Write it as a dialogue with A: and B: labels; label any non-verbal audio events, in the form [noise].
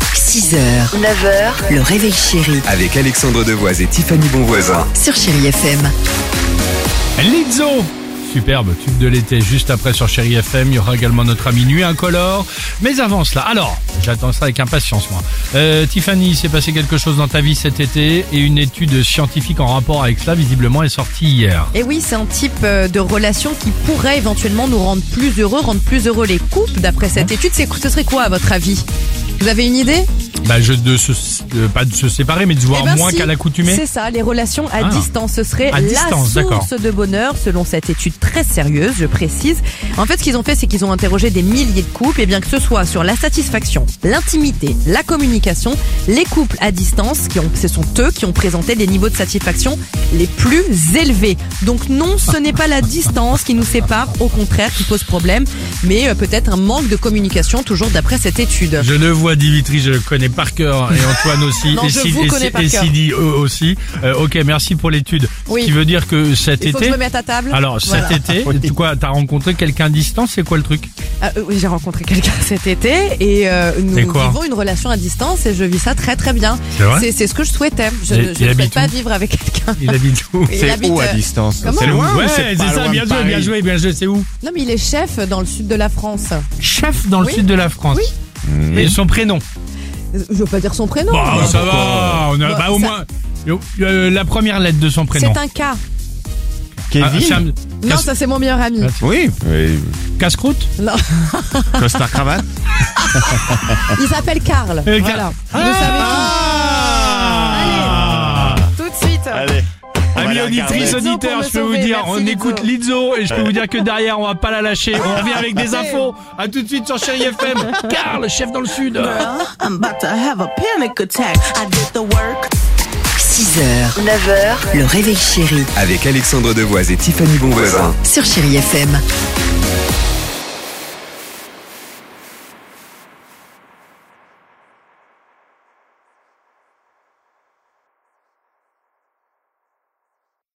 A: 6h, 9h, le réveil chéri
B: Avec Alexandre Devoise et Tiffany Bonvoisin.
A: sur Chéri FM.
C: Lizzo Superbe tube de l'été juste après sur Chéri FM. Il y aura également notre ami Nuit Incolore. Mais avant cela, alors, j'attends ça avec impatience moi. Euh, Tiffany, il s'est passé quelque chose dans ta vie cet été et une étude scientifique en rapport avec cela visiblement est sortie hier.
D: Et oui, c'est un type euh, de relation qui pourrait éventuellement nous rendre plus heureux, rendre plus heureux les couples. D'après
A: Hein
D: cette étude, c'est ce serait quoi à votre avis Vous avez une idée
C: Bah, je de se, euh, pas de se séparer, mais de se voir
D: Eh ben
C: moins
D: si,
C: qu'à l'accoutumée.
D: C'est ça, les relations à
C: Ah.
D: distance, ce serait
C: À
D: la
C: distance, d'accord.
D: source de bonheur selon cette étude très sérieuse, je précise. En fait, ce qu'ils ont fait, c'est qu'ils ont interrogé des milliers de couples, et bien que ce soit sur la satisfaction, l'intimité, la communication, les couples à distance, qui ont, ce sont eux qui ont présenté les niveaux de satisfaction les plus élevés. Donc non, ce n'est pas la distance qui nous sépare, au contraire, qui pose problème, mais euh, peut-être un manque de communication, toujours d'après cette étude.
C: Je le vois, Dimitri, je le connais par cœur
D: [laughs]
C: et Antoine aussi
D: Non,
C: et
D: je
C: Sid-
D: vous
C: et
D: connais
C: Sid-
D: par
C: et
D: cœur.
C: Sidi eux aussi. Euh, ok, merci pour l'étude.
D: Oui.
C: Ce qui veut dire que cet
D: Il faut que
C: été.
D: je me mette à table.
C: Alors cet
D: Voilà.
C: été, tu quoi, t'as rencontré quelqu'un à distance, c'est quoi le truc
D: Ah, euh, oui, j'ai rencontré quelqu'un [laughs] cet été et euh, nous
C: C'est quoi
D: vivons une relation à distance et je vis ça très très bien.
C: C'est vrai
D: C'est c'est ce que je souhaitais. Je,
C: Il-
D: ne-
C: il
D: je ne
C: habite
D: souhaite pas
C: où
D: vivre avec quelqu'un.
C: Il habite où
D: Il
E: C'est
D: habite,
E: où à
D: euh,
E: distance
D: comment
E: C'est loin
C: Ouais,
E: ou
C: c'est
E: pas
C: ça,
E: loin
C: bien
E: de
C: joué, bien
E: Paris
C: joué, bien joué, c'est où
D: Non, mais il est chef dans le sud de la France.
C: Chef dans le
D: Oui.
C: sud de la France. Et son prénom
D: Je veux pas dire son prénom.
C: Bon,
D: mais-
C: ça va, on a,
D: Bon,
C: bah,
D: ça-
C: au moins euh, la première lettre de son prénom.
D: C'est un cas.
C: Ah, c'est
E: Kevin
C: un-
D: Non,
C: Casse-
D: ça c'est mon meilleur ami.
C: Ah,
E: Oui,
C: Casse-croûte [laughs]
D: Non.
E: costard cravate.
D: Il s'appelle Karl.
C: Euh,
D: Voilà.
C: Karl.
D: Vous savez
C: Ah
D: tout. tout de suite.
E: Allez. on va
C: Amis
E: la regarder.
C: auditrices,
D: Lizzo pour
C: auditeurs,
D: me
C: je peux vous
D: sauver,
C: dire,
D: merci
C: on
D: Lizzo.
C: écoute Lizzo et je peux vous dire que derrière, on va pas la lâcher. On revient avec des infos. À tout de suite sur Chéri FM. Karl, chef dans
D: [laughs]
C: le sud.
F: girl. I'm about to have a panic attack. I did the work.
A: 6h, 9h, le réveil chéri
B: Avec Alexandre Devoise et Tiffany Bonvoisin.
A: sur Chéri FM.